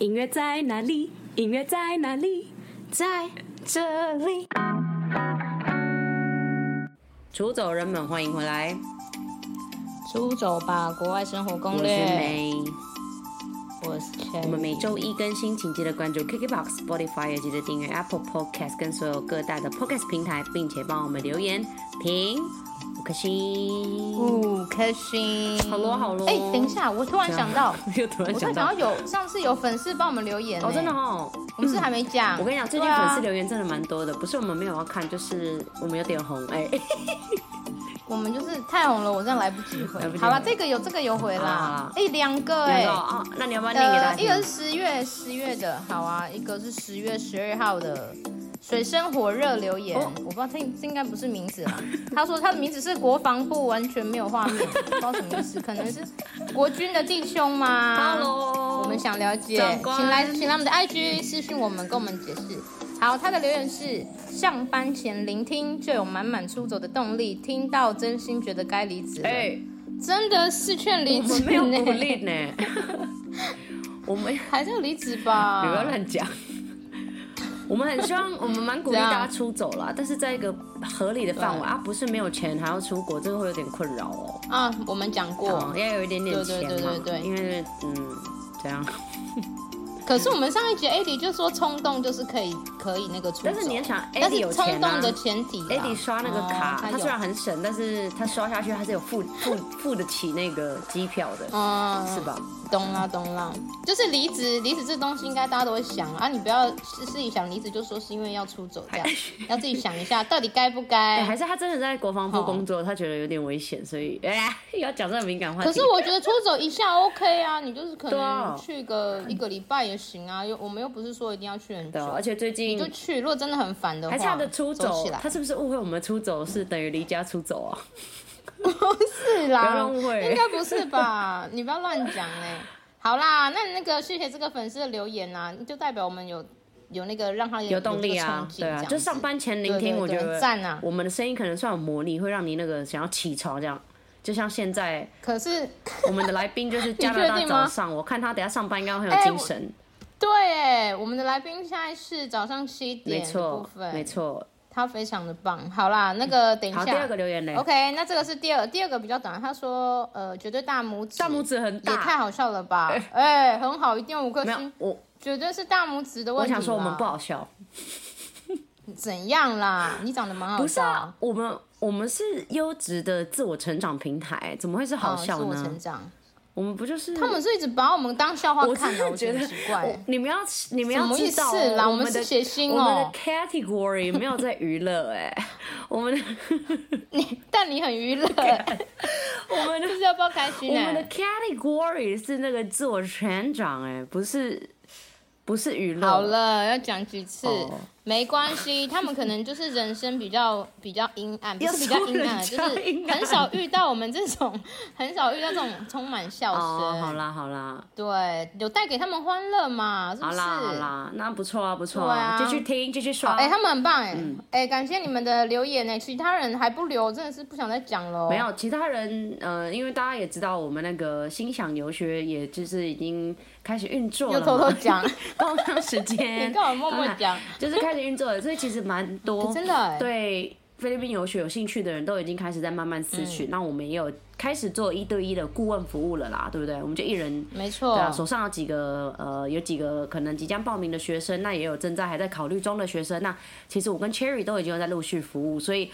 音乐在哪里？音乐在哪里？在这里。出走人们，欢迎回来。出走吧，国外生活我攻是略。梅，我是 c h 我们每周一更新，请记得关注 KKBOX、Spotify，也记得订阅 Apple Podcast 跟所有各大的 Podcast 平台，并且帮我们留言评五颗星。五颗星。好咯好咯哎、等一下，我突然想到，又突我然突想然想到到，有上次有粉丝帮我们留言、欸哦，真的，哦。我们是还没讲。我跟你讲，最近对啊粉丝留言真的蛮多的，不是我们没有要看，就是我们有点红，哎、我们就是太红了，我真的来不及回来不。及回好了，这个有这个有回好啦啊。哎、两个哎、两个哦，哦那你要不要念给大家呃，一听？个是十月十月的，好啊，一个是十月十二号的水深火热留言，哦我不知道这这应该不是名字啦。 他说他的名字是国防部，完全没有画 面，不知道什么意思，可能是国军的弟兄吗 Hello，我们想了解长，官请来请他们的 IG 私讯我们，跟我们解释。好，他的留言是：上班前聆听就有满满出走的动力，听到真心觉得该离职了，哎、真的是劝离我们职没有鼓呢， 励呢，我们。还是要离职吧？你不要乱讲。我们很希望，我们蛮鼓励怎样大家出走啊啦，但是在一个合理的范围啊，不是没有钱还要出国，这个会有点困扰哦。啊，我们讲过，哦，要有一点点对钱对嘛，对对对因为嗯，怎样？可是我们上一集 AD 就说冲动就是可以可以那个出走，但是你要想 但，AD 是有冲钱啊动的前提啊，AD 刷那个哦卡，他他虽然有，很省，但是他刷下去他是有付付付得起那个机票的，嗯，是？吧？懂啦懂啦，就是离职离职这东西应该大家都会想啊，你不要自自己想离职就说是因为要出走这样，要自己想一下到底该不哎，该。还是他真的在国防部哦工作，他觉得有点危险，所以哎， 又要讲这个敏感话题。可是我觉得出走一下 OK 啊，你就是可对啊能去个一个礼拜也行啊，又我们又不是说一定要去很对啊，久而，且最近你就去。如果真的很烦的话，还是他的出走走起，来他是不是误会我们出走是等于离家出走啊？不是不要啦，乱误会应该不是 吧？你不要乱讲哎。好啦，那那个谢谢这个粉丝的留言啊，就代表我们有有那个让他有动力啊有，这对啊，个冲劲这样子就上班前聆对听，对我觉对得赞啊我们的声音可能算有魔力，会让你那个想要起床这样。就像现在可是，我们的来宾就是加拿 你确大定吗早上，我看他等一下上班应该会很有哎精我神，对哎，我们的来宾现在是早上七没点的部错，没分，错。他非常的棒。好啦，那个等一好，下第二个留言嘞 o，k 那这个是第二第二个比较短，他说呃，绝对大拇指，大拇指很也太大，好笑 了吧？哎、很好，一定五颗没有星，我绝对是大拇指的问我题啦。想说我们不好笑，怎样啦？你长得蛮好笑，不是啊，我们我们是优质的自我成长平台，怎么会是好哦笑自我呢成？长，我们不就是他们是一直把我们当笑话我看啊真的，我的觉觉得得很奇怪。我你们要你们什要么意知思道哦、啦我我们是的谐星我们哦的 category 没有在娱乐哎、 我们的你但你 很娱乐，我们 的就是要不要开心啊我呢、们的 category 是那个自我成长哎、不是不是娱乐。好了，要讲几次、哦没关系，他们可能就是人生比较比较阴暗，不要是比较说阴暗啊，人就家阴是暗很少遇到我们这种， 很少遇到这种充满笑声。哦，好啦好啦对，有带给他们欢乐嘛？是不好是？啦好啦，那不错啊不错啊，对啊继续听继续刷。哎、他们很棒哎、嗯哎、感谢你们的留言哎，其他人还不留，真的是不想再讲了。哦没有其他人，呃，因为大家也知道，我们那个心想游学，也就是已经开始运作了又嘛。偷偷讲， 工商时间， 你干嘛默默讲？就是开始运作了，所以其实蛮多、欸真的欸哎对啊菲律宾游学有兴趣的人都已经开始在慢慢嗯思绪。那我们也有开始做一对一的顾问服务了啦，对不对？我们就一人。哎没错，对啊，手上有几个呃，有几个可能即将报名的学生，那也有正在还在考虑中的学生。那其实我跟 Cherry 都已经有在陆续服务，所以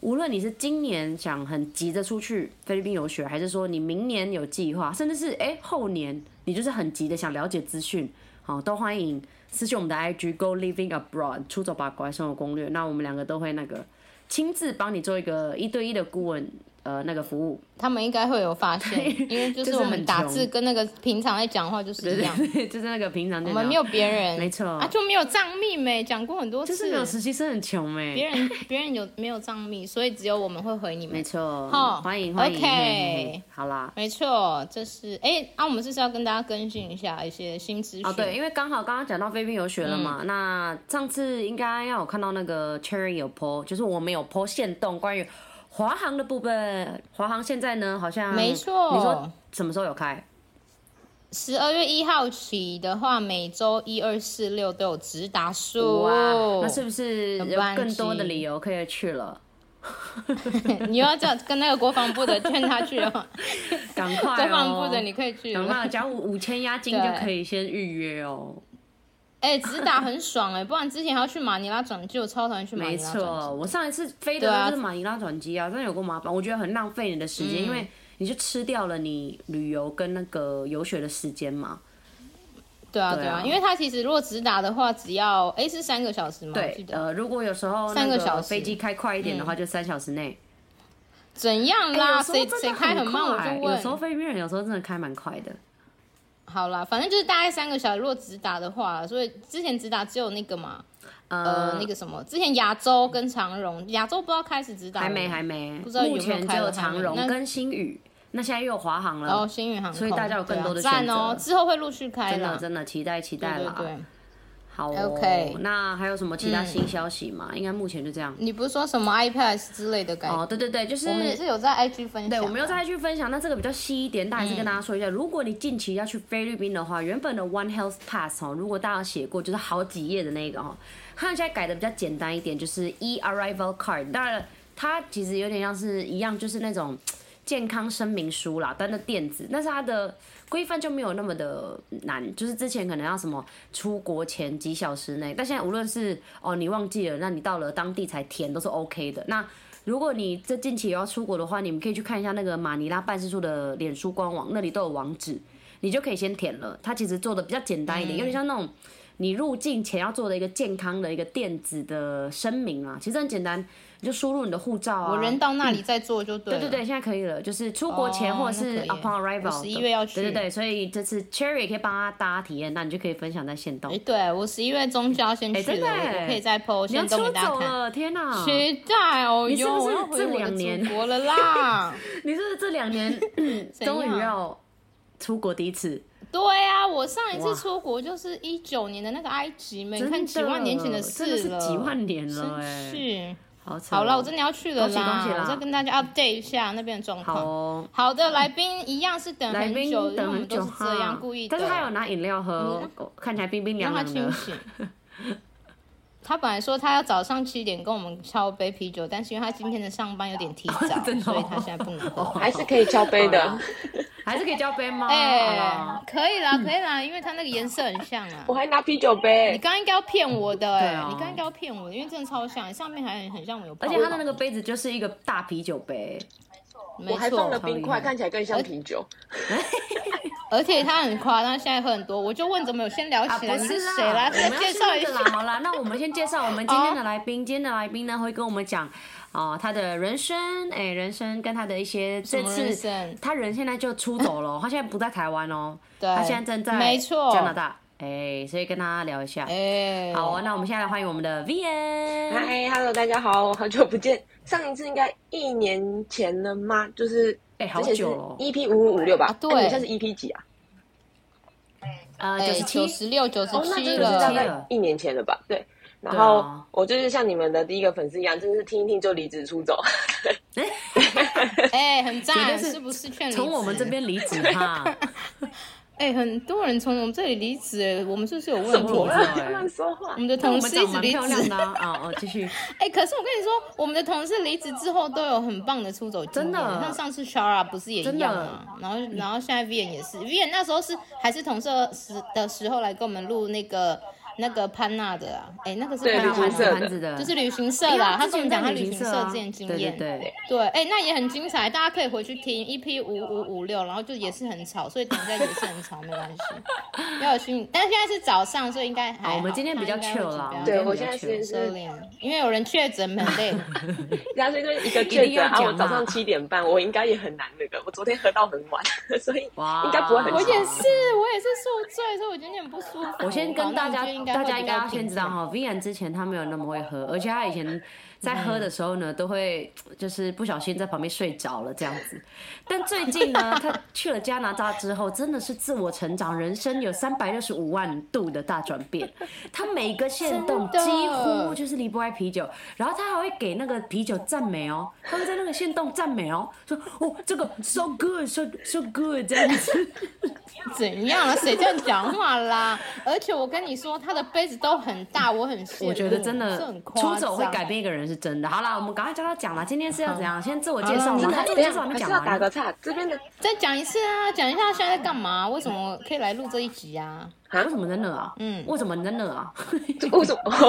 无论你是今年想很急着出去菲律宾游学，还是说你明年有计划，甚至是哎、后年你就是很急的想了解资讯，好、都欢迎私信我们的嗯 IG Go Living Abroad 出走吧国外生活攻略。那我们两个都会那个亲自帮你做一个一对一的顾问呃那个服务，他们应该会有发现，因为就就是是我很们打穷字跟那个平常在讲话就是一样， 就是那个平常我我们没有别人，没错啊，就没有账密没讲过很多就是没有次，实习生很穷哎、别人别人有没有账密，所以只有我们会回你没们。错，哦欢迎欢迎 OK 嘿嘿嘿好啦。没错，这是哎，啊，我们是不是要跟大家更新一下一些新资讯？哦，对，因为刚好刚刚讲到菲律宾游学了嘛，嗯那上次应该要有看到那个 Cherry 有 po，就是我们有 po 线动关于华航的部分。华航现在呢，好像没错你说什么时候有开？十二月一号起的话，每周一、二、四、六都有直达数。哇，哦那是不是有更多的理由可以去了？ 你又要叫跟那个国防部的劝他去 哦，赶快、哦，国防部的你可以去赶了。快，只要五五千押金就可以先预约哦。哎、直达很爽哎、不然之前还要去马尼拉转机，我超讨厌去马没尼拉转机。错，我上一次飞对的啊就是马尼拉转机啊，真的有过麻烦，我觉得很浪费你的时间，嗯因为你就吃掉了你旅游跟那个游学的时间嘛。对啊，对对啊啊，因为它其实如果直达的话，只要哎是三个小时吗？我记对，得呃，如果有时候那三个小时飞机开快一点的话，就三小时内。怎样哎啦？有时候啊谁真的谁开很慢，我快就有时候问。飞别人有时候真的开蛮快的。好啦，反正就是大概三个小时，如果直达的话，所以之前直达只有那个嘛，呃，那个什么，之前亚洲跟长荣，亚洲不知道开始直达了还吗没还没，知道有没目有前只开了有还没长荣那跟新宇，那现在又有华航了，然后哦星宇航空，所以大家有更多的对啊选择赞哦，之后会陆续开真啦的真的期待期对待对啦。对，好哦 OK 嗯那还有什么其他新消息吗？应该目前就这样。你不是说什么 iPad 之类的感觉？哦，对对对，就是我们也是有在 IG 分享啊嗯的，对，我没有再去分享。那这个比较细一点，但还是跟大家说一下，如果你近期要去菲律宾的话，原本的 One Health Pass 哦，如果大家有写过，就是好几页的那个哦，它现在改的比较简单一点，就是 E Arrival Card。当然了，它其实有点像是一样，就是那种健康声明书啦，但那电子，但是它的规范就没有那么的难，就是之前可能要什么出国前几小时内，但现在无论是哦你忘记了，那你到了当地才填都是 OK 的。那如果你这近期有要出国的话，你们可以去看一下那个马尼拉办事处的脸书官网，那里都有网址，你就可以先填了。它其实做的比较简单一嗯点，有点像那种你入境前要做的一个健康的一个电子的声明啊，其实很简单，你就输入你的护照啊。我人到那里再做就对了。嗯对对对，现在可以了，就是出国前哦或者是那可以 upon arrival 我的。 11月要去对对对，所以这次 Cherry 也可以帮他大家体验，那你就可以分享在线动哎、。对我十一月中就要先去哎真的了，我我可以再 PO 你要先动出给大家走看。了，天哪！期待哦你是哟！不我是要回这我两的年祖国了 啦！你是不是这两年 怎终于样要出国第一次？对啊，我上一哇次出国就是一九年的那个埃及嘛，你真看的几万年前事真的了，是几万年了真哎、是。好扯哦好了，我真的要去了恭喜恭喜啦我再跟大家 update 一下那边的状好况。哦，好的，来宾一样是等来很宾久，因为等我们很久都是哈，这样故意的。嗯但是他有拿饮料喝，哦看起来冰冰让凉他凉清的。醒。 他本来说他要早上七点跟我们敲杯啤酒，但是因为他今天的上班有点提早， 真的哦哦所以他现在不能喝。还是可以交杯的好。还是可以交杯吗？ 哎、好啦可以啦，可以啦，因为他那个颜色很像啊 我。还拿啤酒你杯，刚刚应该要骗我的哎、对啊你刚刚应该要骗我的，因为真的超像，上面还很像我有泡而泡。且他的那个杯子就是一个大啤酒杯，没我还放了错，冰块，看起来更像啤酒。而且他很夸张，现在喝很多。我就问怎么有先聊啊，起来，不你是谁啦，啦？我先们要介绍一先那个下啦。好啦，那我们先介 绍我们今天的来宾。今天的来宾呢，会跟我们讲哦、他的人生，哎、人生跟他的一些这么哦人次生他人现在就出走 了哦，他现在不在台湾哦，对他现在正在没错加拿大，哎、所以跟他聊一下。哎、好哦，那我们现在来欢迎我们的 V N。嗨，Hello，大家好，好久不见。上一次应该一年前了吗？就是哎好之前是久哦 EP 五五五六吧？啊对哎你现在是 EP 几啊？呃，哎九十九七，十六、九十哦，那七真的是大了，概一年前了吧？对。然对后啊我就是像你们的第一个粉丝一样，真是听一听就离职出走。 哎、很绝赞，对是是不是劝离从我们职这边离职 哈，哎、很多人从我们这里离职，哎，我们是不是有什问题？么 我啦？乱说话。们的但我同们事一长直蛮离漂亮职，的啊，啊哦，继续。哎、可是我跟你说，我们的同事离职之后都有很棒的出走经真验，的像上次 Shara 不是也一样吗？然后，然后现在 Vian 也是，Vian 那时候是还是同事时的时候来跟我们录那个那个潘娜的啊，哎、那个是对潘娜旅行社吗的盘子的，就是旅行哎社呀啦，他之跟我前们在讲他旅旅行社啊这件经验，对对对。对，哎、那也很精彩，大家可以回去听 EP 五五五六，然后就也是很吵，所以等一下也是很吵，没关系，要有心理。但现在是早上，所以应该还好。我们今天比较大家应该 chill 啦会比较对我我们现在比较是收是，敛，因为有人确诊 很累。然后就是一个定确诊要啊，我讲早嘛上七点半，我应该也很难那个。我昨天喝到很晚， 所以哇应该不会很我吵也是，我也是宿醉，所以我今天很不舒服。我先跟大家，好那我今天应该大会家应比该较要平先知静道哈，Vian 之前他没有那么会喝，而且他以前在喝的时候呢，都会就是不小心在旁边睡着了这样子。但最近呢，他去了加拿大之后，真的是自我成长，人生有三百六十五万度的大转变。他每个线动真的几乎就是离不开啤酒，然后他还会给那个啤酒赞美哦，他们在那个线动赞美哦，说哦这个 so good so so good 这样子。怎样了？谁这样讲话啦？而且我跟你说，他的杯子都很大，我很羡嗯慕。我觉得真的嗯这很夸出张走会改变一个人是真的。好啦，我们赶快叫他讲啦，今天是要怎样？先自我介好绍啦嘛，他自我介等一下绍还没还是讲要打完。啊个岔，这边的再讲一次啊，讲一下他现在在干嘛？为什么可以来录这一集啊？啊为，什么在那啊？嗯为什么你在那啊？为什么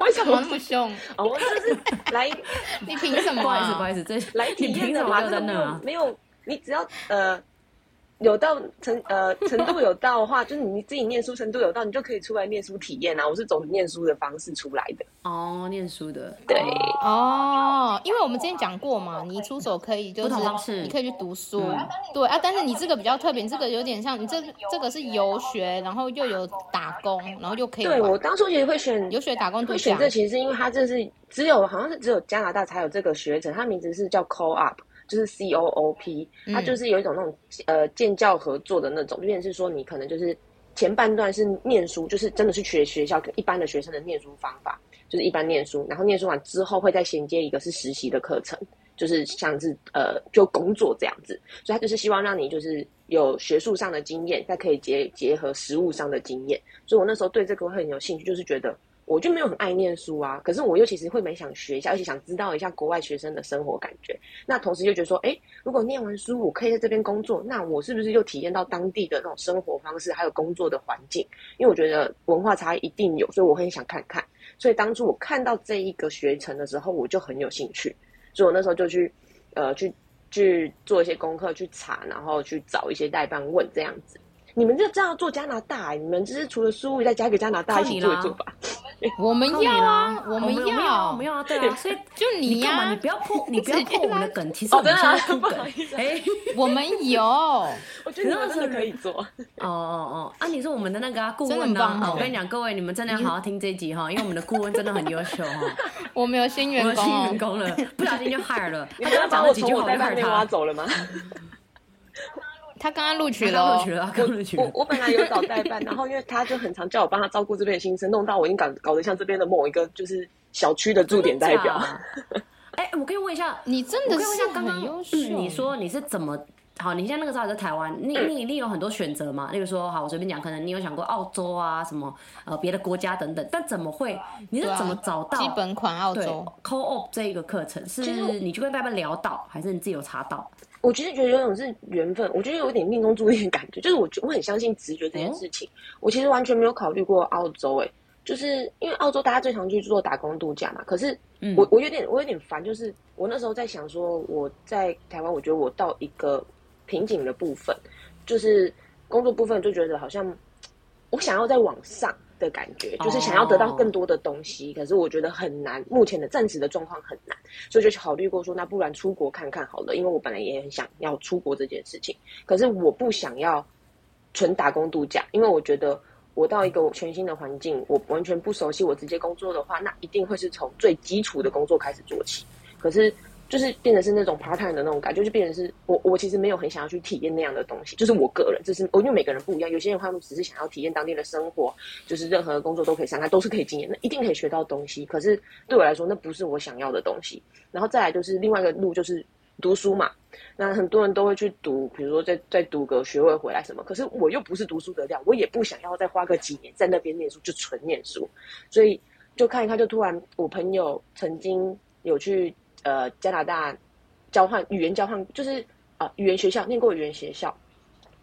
为什干嘛么那么凶？哦，我就是来 你凭什么、啊？ 不好意思，不好意思，这来体你验凭什的么嘛，要这在那个没啊有？没有，你只要呃有到程呃程度有到的话，就是 你自己念书程度有到，你就可以出来念书体验啊。我是走念书的方式出来的，哦，念书的，对，哦，因为我们之前讲过嘛，你出走可以就不同方是式嗯你可以去读书，对啊，但是你这个比较特别，你这个有点像你这这个是游学，然后又有打工，然后又可以对玩我当初也会选游学打工度会选假这，其实是因为它这是只有好像是只有加拿大才有这个学程，它名字是叫 Co-op，就是 C O O P，它嗯啊就是有一种那种呃建教合作的那种，就变成是说你可能就是前半段是念书，就是真的是学学校一般的学生的念书方法，就是一般念书，然后念书完之后会再衔接一个是实习的课程。就是像是呃，就工作这样子，所以他就是希望让你就是有学术上的经验，再可以结结合实务上的经验。所以我那时候对这个会很有兴趣，就是觉得我就没有很爱念书啊，可是我又其实会蛮想学一下，而且想知道一下国外学生的生活感觉。那同时又觉得说，哎，如果念完书，我可以在这边工作，那我是不是又体验到当地的那种生活方式，还有工作的环境？因为我觉得文化差异一定有，所以我很想看看。所以当初我看到这一个学程的时候，我就很有兴趣，所以我那时候就去呃去去做一些功课，去查，然后去找一些代办问这样子。你们就这样做加拿大、欸你们就是除了输入，再加给加拿大一起做一做吧。我们靠你要啦哦啊，，我们我们要，我们要，要啊，对啊，所以就你干嘛呀你不要破，你不要直接破我们拉的梗，其实我们真现的啊在铺不梗好意，思哎，我们有，我觉得你们真的可以做。哦哦哦，啊，你是我们的那个啊顾真的很问棒啊，哦好我跟你讲，各位你们真的要好好听这一集哈，因为我们的顾问真的很优秀哈，我们有新我员们工新哦员工了，不小心就 hire 了，你他刚刚们要把讲了我几从句我话代就办 hire 内他挖，走了吗？他刚刚录取他了刚哦，录取了，他刚录取 我了。我本来有找代办，然后因为他就很常叫我帮他照顾这边的新生，弄到我已经搞搞得像这边的某一个就是小区的驻点代表。真的假。哎、我可以问一下，你真我的可以问一是下刚很刚、优嗯秀，你说你是怎么？好，你现在那个时候还在台湾，你你一定有很多选择嘛？例如说，好，我随便讲，可能你有想过澳洲啊，什么呃别的国家等等，但怎么会？你是对啊怎么找到、基本款澳对洲。 co-op 这一个课程？是其实我你去跟爸爸聊到，还是你自己有查到？ 我其实觉得有种是缘分，我觉得有点命中注定的感觉，就是我觉我很相信直觉这哦件事情。我其实完全没有考虑过澳洲、欸，就是因为澳洲大家最常去做打工度假嘛。可是嗯我我有点我有点烦，就是我那时候在想说，我在台湾，我觉得我到一个瓶颈的部分，就是工作部分就觉得好像我想要再往上的感觉，就是想要得到更多的东西，可是我觉得很难，目前的暂时的状况很难，所以就考虑过说，那不然出国看看好了，因为我本来也很想要出国这件事情，可是我不想要纯打工度假，因为我觉得。我到一个全新的环境，我完全不熟悉，我直接工作的话，那一定会是从最基础的工作开始做起。可是就是变成是那种 part time 的那种感觉，就变成是我我其实没有很想要去体验那样的东西，就是我个人，这是我因为每个人不一样，有些人他们只是想要体验当地的生活，就是任何工作都可以上，他都是可以经验的，一定可以学到东西。可是对我来说，那不是我想要的东西。然后再来就是另外一个路，就是读书嘛。那很多人都会去读，比如说再再读个学位回来什么。可是我又不是读书的料，我也不想要再花个几年在那边念书，就纯念书。所以就看一看，就突然我朋友曾经有去呃加拿大交换语言交换，就是啊、呃语言学校念过语言学校，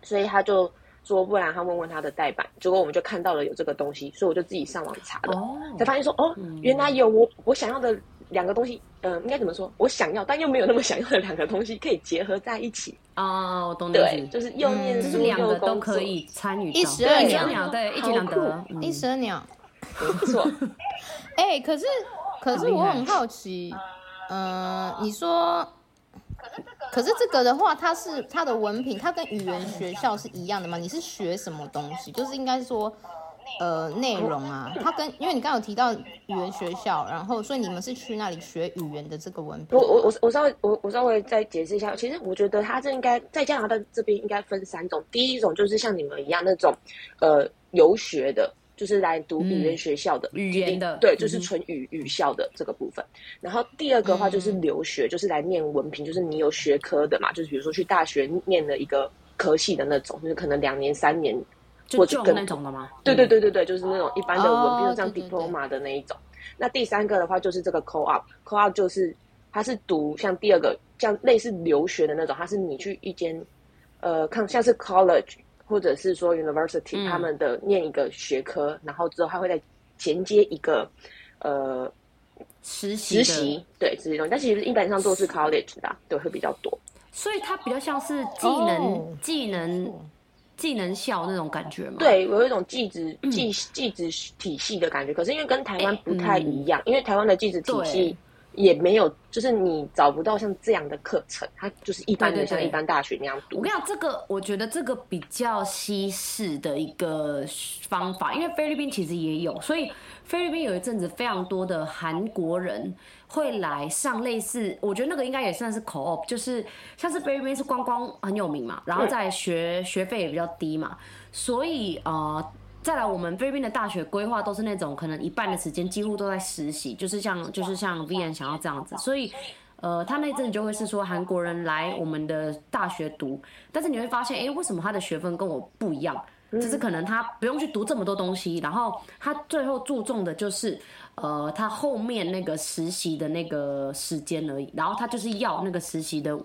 所以他就说，不然他问问他的代办。结果我们就看到了有这个东西，所以我就自己上网查了。哦，嗯才发现说，哦，原来有我我想要的两个东西，呃，应该怎么说？我想要但又没有那么想要的两个东西可以结合在一起。哦，我懂你对意，思，就是又念就是书两又个都工作可，以参与到，一石二对鸟对，一举两得好。嗯一石二鸟。没错。哎、可是可是厉我害很好奇，嗯、你说，可是这个的话，它是它的文凭，它跟语言学校是一样的吗？你是学什么东西？就是应该说，呃内容啊？它跟因为你刚刚有提到语言学校，然后所以你们是去那里学语言的这个文凭我，我我我稍微我我稍微再解释一下，其实我觉得他这应该在加拿大这边应该分三种，第一种就是像你们一样那种，呃，游学的，就是来读语言学校的、嗯语言的对，就嗯是哼纯语语校的这个部分。然后第二个话就是嗯留学，就是来念文凭，就是你有学科的嘛，就是比如说去大学念了一个科系的那种，就是可能两年三年就或者就更那种的吗？嗯对对对对对，就是那种一般的文，哦比如像对对对 diploma 的那一种。那第三个的话就是这个 co-op，co-op 就是它是读像第二个像类似留学的那种，它是你去一间呃，看像是 college 或者是说 university、嗯他们的念一个学科，然后之后他会再衔接一个呃实习实的习，对实习东西。但其实一般上都是 college 的啊、对，会比较多。所以它比较像是技能、哦技能、技能校那种感觉嘛。，嗯对，有一种技职技技职体系的感觉。可是因为跟台湾哎不太一嗯样，因为台湾的技职体系也没有，就是你找不到像这样的课程，它就是一般对的对像对一般大学那样我读。跟你讲，这个我觉得这个比较西式的一个方法，因为菲律宾其实也有，所以菲律宾有一阵子非常多的韩国人会来上类似，我觉得那个应该也算是 co-op，就是像是菲律宾是观光很有名嘛，然嗯后再来学学费也比较低嘛，所以呃。再来，我们菲律宾的大学规划都是那种可能一半的时间几乎都在实习，就是像就是像 VN 想要这样子，所以呃，他那阵就会是说韩国人来我们的大学读，但是你会发现，哎、为什么他的学分跟我不一样？就是可能他不用去读这么多东西，然后他最后注重的就是，呃，他后面那个实习的那个时间而已，然后他就是要那个实习的，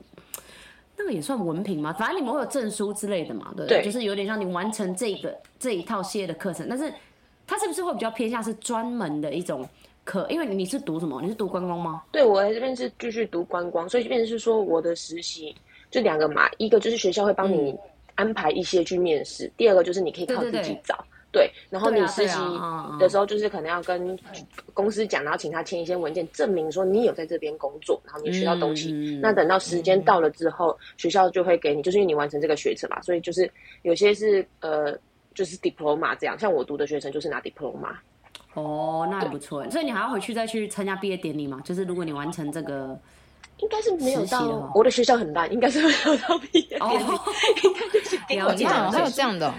那个也算文凭嘛，反正你们会有证书之类的嘛，对不对？对就是有点像你完成这个这一套系列的课程，但是他是不是会比较偏向是专门的一种课？因为你是读什么？你是读观光吗？对我来这边是继续读观光，所以变成是说我的实习就两个嘛，一个就是学校会帮你安排一些去面试，第二个就是你可以靠嗯对自对己对找。对，然后对你啊实习对啊嗯嗯的时候，就是可能要跟公司讲，然后请他签一些文件，证明说你有在这边工作，然后你学到东西。嗯嗯那等到时间到了之后，学校就会给你，就是因为你完成这个学程嘛，所以就是有些是呃，就是 diploma 这样。像我读的学程就是拿 diploma，哦，那还不错耶。所以你还要回去再去参加毕业典礼嘛？就是如果你完成这个，应该是没有实习到的话我的学校很烂，应该是没有到毕业典礼，哦 应该就是顶了解多啊，拿还有到这样的哦、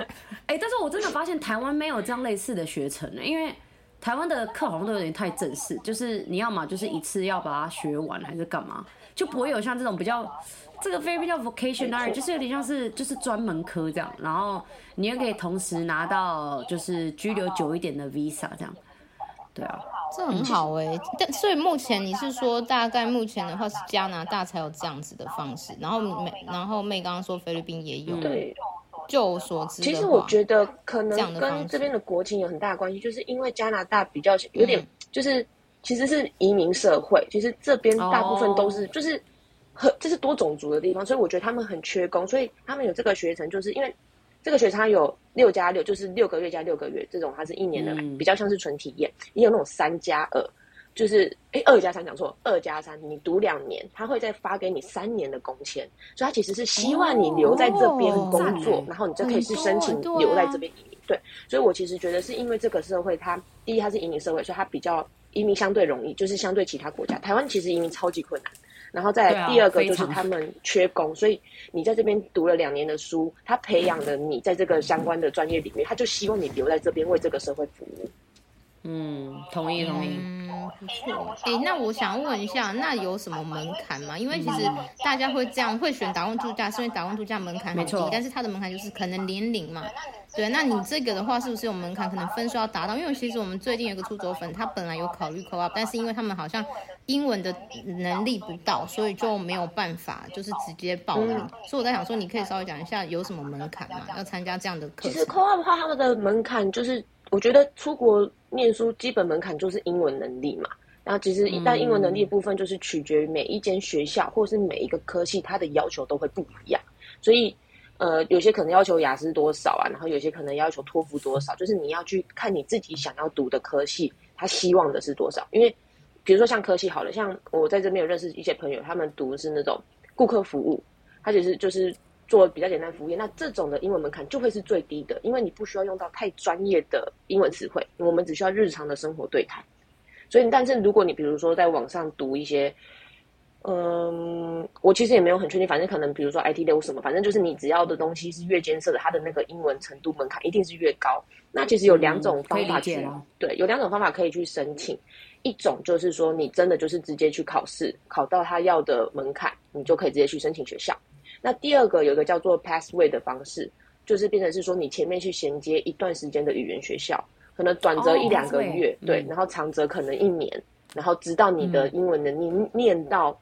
哎、但是我真的发现台湾没有这样类似的学程呢、因为台湾的课好像都有点太正式，就是你要嘛就是一次要把它学完，还是干嘛，就不会有像这种比较这个非比较 vocationary，就是有点像是就是专门科这样，然后你也可以同时拿到就是居留久一点的 visa 这样，对啊。这很好哎、嗯但所以目前你是说，大概目前的话是加拿大才有这样子的方式，然后妹，然后妹刚刚说菲律宾也有，对，就我所知的其话，实我觉得可这样能的方跟式嗯这边的国情有很大的关系，就是因为加拿大比较有点、就是其实是移民社会，其实这边大部分都是、哦就是很这是多种族的地方，所以我觉得他们很缺工，所以他们有这个学程，就是因为这个学程它有六加六，就是六个月加六个月这种，它是一年的，嗯比较像是纯体验，也有那种三加二。就是哎，二加三讲错，二加三，你读两年，他会再发给你三年的工签，所以他其实是希望你留在这边哦工作，赞然后你就可以去申请很多啊留在这边移民。对，所以我其实觉得是因为这个社会它，第一它是移民社会，所以它比较移民相对容易，就是相对其他国家，台湾其实移民超级困难。然后再对来啊第二个就非是常他们缺工，所以你在这边读了两年的书，他培养了你在这个相关的专业领域，他就希望你留在这边为这个社会服务。嗯，同意同意。嗯，不错。哎、那我想问一下，那有什么门槛吗？因为其实大家会这样会选打工度假，是因为打工度假门槛很没低错，但是它的门槛就是可能年龄嘛。对，那你这个的话是不是有门槛？可能分数要达到？因为其实我们最近有个出走粉，他本来有考虑 co-op，但是因为他们好像英文的能力不到，所以就没有办法就是直接报名。所以我在想说，你可以稍微讲一下有什么门槛吗？要参加这样的课其实程？ co-op 的话，他们的门槛就是，我觉得出国念书基本门槛就是英文能力嘛。然后其实，但英文能力的部分就是取决于每一间学校或是每一个科系，它的要求都会不一样。所以，呃，有些可能要求雅思多少啊，然后有些可能要求托福多少，就是你要去看你自己想要读的科系，他希望的是多少。因为比如说像科系好了，像我在这边有认识一些朋友，他们读的是那种顾客服务，他其实就是做比较简单服务业，那这种的英文门槛就会是最低的，因为你不需要用到太专业的英文词汇，我们只需要日常的生活对谈。所以，但是如果你比如说在网上读一些，嗯，我其实也没有很确定，反正可能比如说 IT 六什么，反正就是你只要的东西是越艰涩的，它的那个英文程度门槛一定是越高。那其实有两种嗯方可以法理解去，啦对，有两种方法可以去申请。一种就是说，你真的就是直接去考试，考到他要的门槛，你就可以直接去申请学校。那第二个有一个叫做 pathway 的方式，就是变成是说你前面去衔接一段时间的语言学校，可能短则哦一两个 pathway，月，对嗯，然后长则可能一年，然后直到你的英文能力念到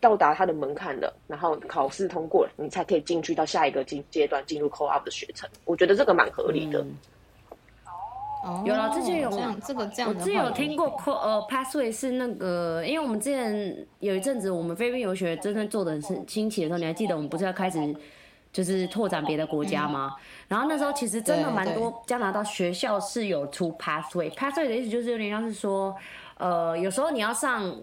到达它的门槛了，然后考试通过了，你才可以进去到下一个阶阶段进入 co-op 的学程。我觉得这个蛮合理的。嗯哦，有啦之前有这样这个这样我的话，之前有听过 co 呃 pathway 是那个，因为我们之前有一阵子我们菲律宾游学真正做的很兴兴起的时候，你还记得我们不是要开始就是拓展别的国家吗？然后那时候其实真的对蛮嗯对多加拿大学校是有出 pathway，pathway 的意思就是有点像是说，呃，有时候你要上。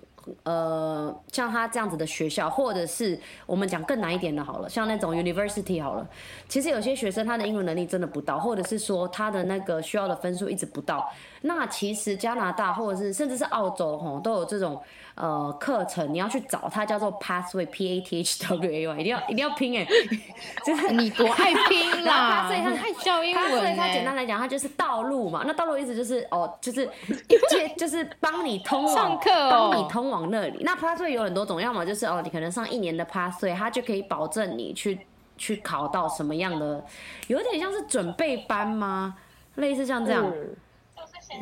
呃，像他这样子的学校，或者是我们讲更难一点的好了，像那种 university 好了，其实有些学生他的英文能力真的不到，或者是说他的那个需要的分数一直不到。那其实加拿大或者是甚至是澳洲吼都有这种呃课程，你要去找它叫做 pathway p a t h w a y，一定要一定要拼哎、 就是你多爱拼 啦，然后 pathway 它爱教英它文所呢以它简单来讲，它就是道路嘛。那道路意思就是哦， 就是一切就是帮你通往上课哦帮你通往那里。那 pathway 有很多种，要么就是哦，你可能上一年的 pathway，它就可以保证你去去考到什么样的，有点像是准备班吗？类似像这样，嗯，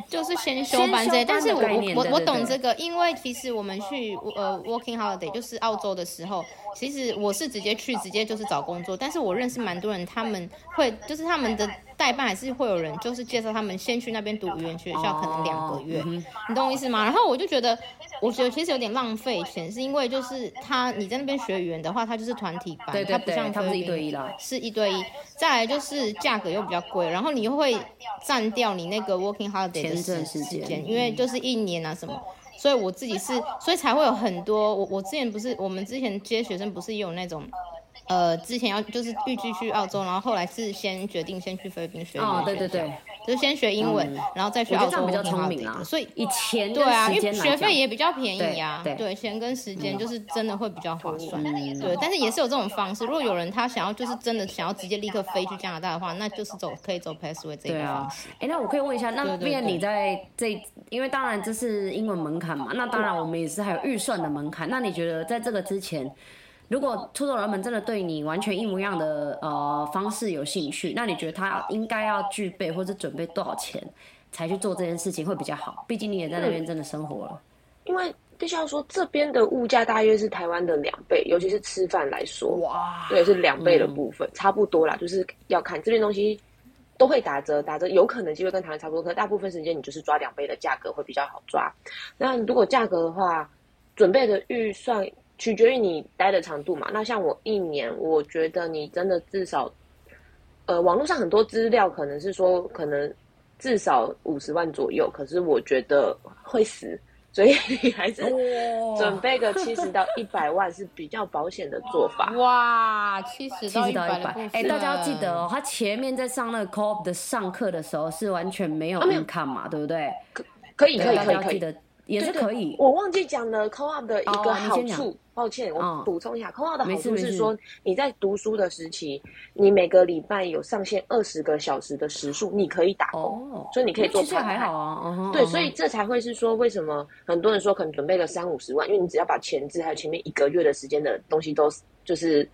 就是先修班这先修班的些，但是我概念我对我我对懂对这个，因为其实我们去呃 working holiday 就是澳洲的时候，其实我是直接去直接就是找工作，但是我认识蛮多人，他们会就是他们的代办还是会有人就是介绍他们先去那边读语言学校，可能两个月，哦嗯哼你懂我意思吗？然后我就觉得，我觉得其实有点浪费钱，是因为就是他你在那边学语言的话，它就是团体班，对对它不对像它不是菲律一对宾一啦是一对一。再来就是价格又比较贵，然后你又会占掉你那个 working holiday 的签证时时间间，因为就是一年啊什么。所以我自己是，所以才会有很多我我之前不是我们之前接学生不是也有那种。呃，之前要就是预计去澳洲，然后后来是先决定先去菲律宾学语言哦，对对学校对，就是先学英文，然后再去我觉澳得这洲样比较聪 working 明 holiday 啊。所以以前跟对啊，时因为间来学讲费也比较便宜啊，对对钱跟时间就是真的会比较划算，嗯对。但是也是有这种方式，如果有人他想要就是真的想要直接立刻飞去加拿大的话，那就是走可以走 Pathway 这对个啊方式。，哎，那我可以问一下，那对对毕竟对你在这，因为当然这是英文门槛嘛，那当然我们也是还有预算的门槛。那你觉得在这个之前，如果出走人们真的对你完全一模一样的呃方式有兴趣，那你觉得他应该要具备或是准备多少钱才去做这件事情会比较好？毕竟你也在那边真的生活 了。因为必须要说，这边的物价大约是台湾的两倍，尤其是吃饭来说，哇，对，是两倍的部分，差不多啦，就是要看这边东西都会打折，打折有可能机会跟台湾差不多，可大部分时间你就是抓两倍的价格会比较好抓。那如果价格的话，准备的预算取决于你待的长度嘛。那像我一年，我觉得你真的至少，呃，网络上很多资料可能是说可能至少五十万左右，可是我觉得会死，所以 你还是哦哇准备个七十到一百万是比较保险的做法。哇，七十七到十一到百一的百部分，，哎，大家要记得哦，他前面在上那个 co-op 的上课的时候是完全没有啊没有 income 嘛，对不对？可以，可对以，大家可以，要可记以，得也是对对可以。我忘记讲了 co-op 的一哦个你好先讲处，抱歉，嗯我补充一下、co-op 的没好事处没是事说你在读书的时期，你每个礼拜有上限二十个小时的时数，你可以打工，哦，所以你可以做其实也 part-time 还好啊，嗯哼对，嗯哼所以这才会是说为什么很多人说可能准备个三五十万，因为你只要把前置还有前面一个月的时间的东西都就是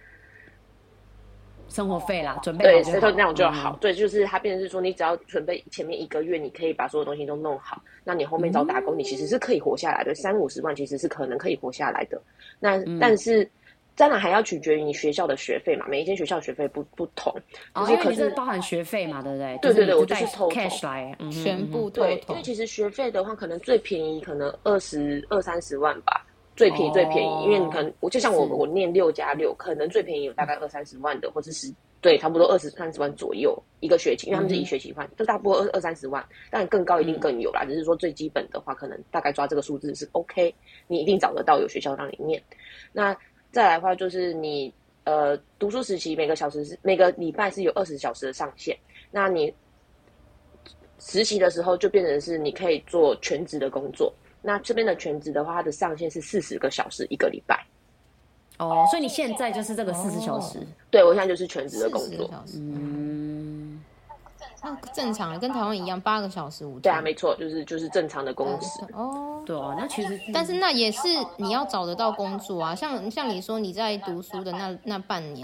生活费啦，准备哦对，好就所以好就那样就好。嗯对，就是它变成是说，你只要准备前面一个月，你可以把所有东西都弄好，那你后面找打工，你其实是可以活下来的，三五十万其实是可能可以活下来的。那、嗯但是。当然还要取决于你学校的学费嘛，每一间学校学费不不同，就哦，是因为可你这是包含学费嘛，对不对？对对对你我就是带偷偷 cash 来，嗯哼全。部偷对，偷因为。其实学费的话，可能最便宜可能二十二三十万吧，最便宜最便宜，哦因为你可能我就像我是我念六加六，可能最便宜有大概二三十万的，或者是对，差不多二十三十万左右一个学期，因为他们嗯是一学期换，就大部分二二三十万，但更高一嗯定更有啦，只是说最基本的话，可能大概抓这个数字是 OK，你一定找得到有学校让你念。那再来的话，就是你呃，读书时期每个小时是每个礼拜是有二十小时的上限，那你实习的时候就变成是你可以做全职的工作。那这边的全职的话，它的上限是四十个小时一个礼拜。哦，所以你现在就是这个四十小时，对我现在就是全职的工40个作。小时，嗯，那正常啊的，跟台湾一样，八个小时五天。对啊，没错，就是就是正常的工时。哦。对啊，那其实但是那也是你要找得到工作啊，像像你说你在读书的那那半年，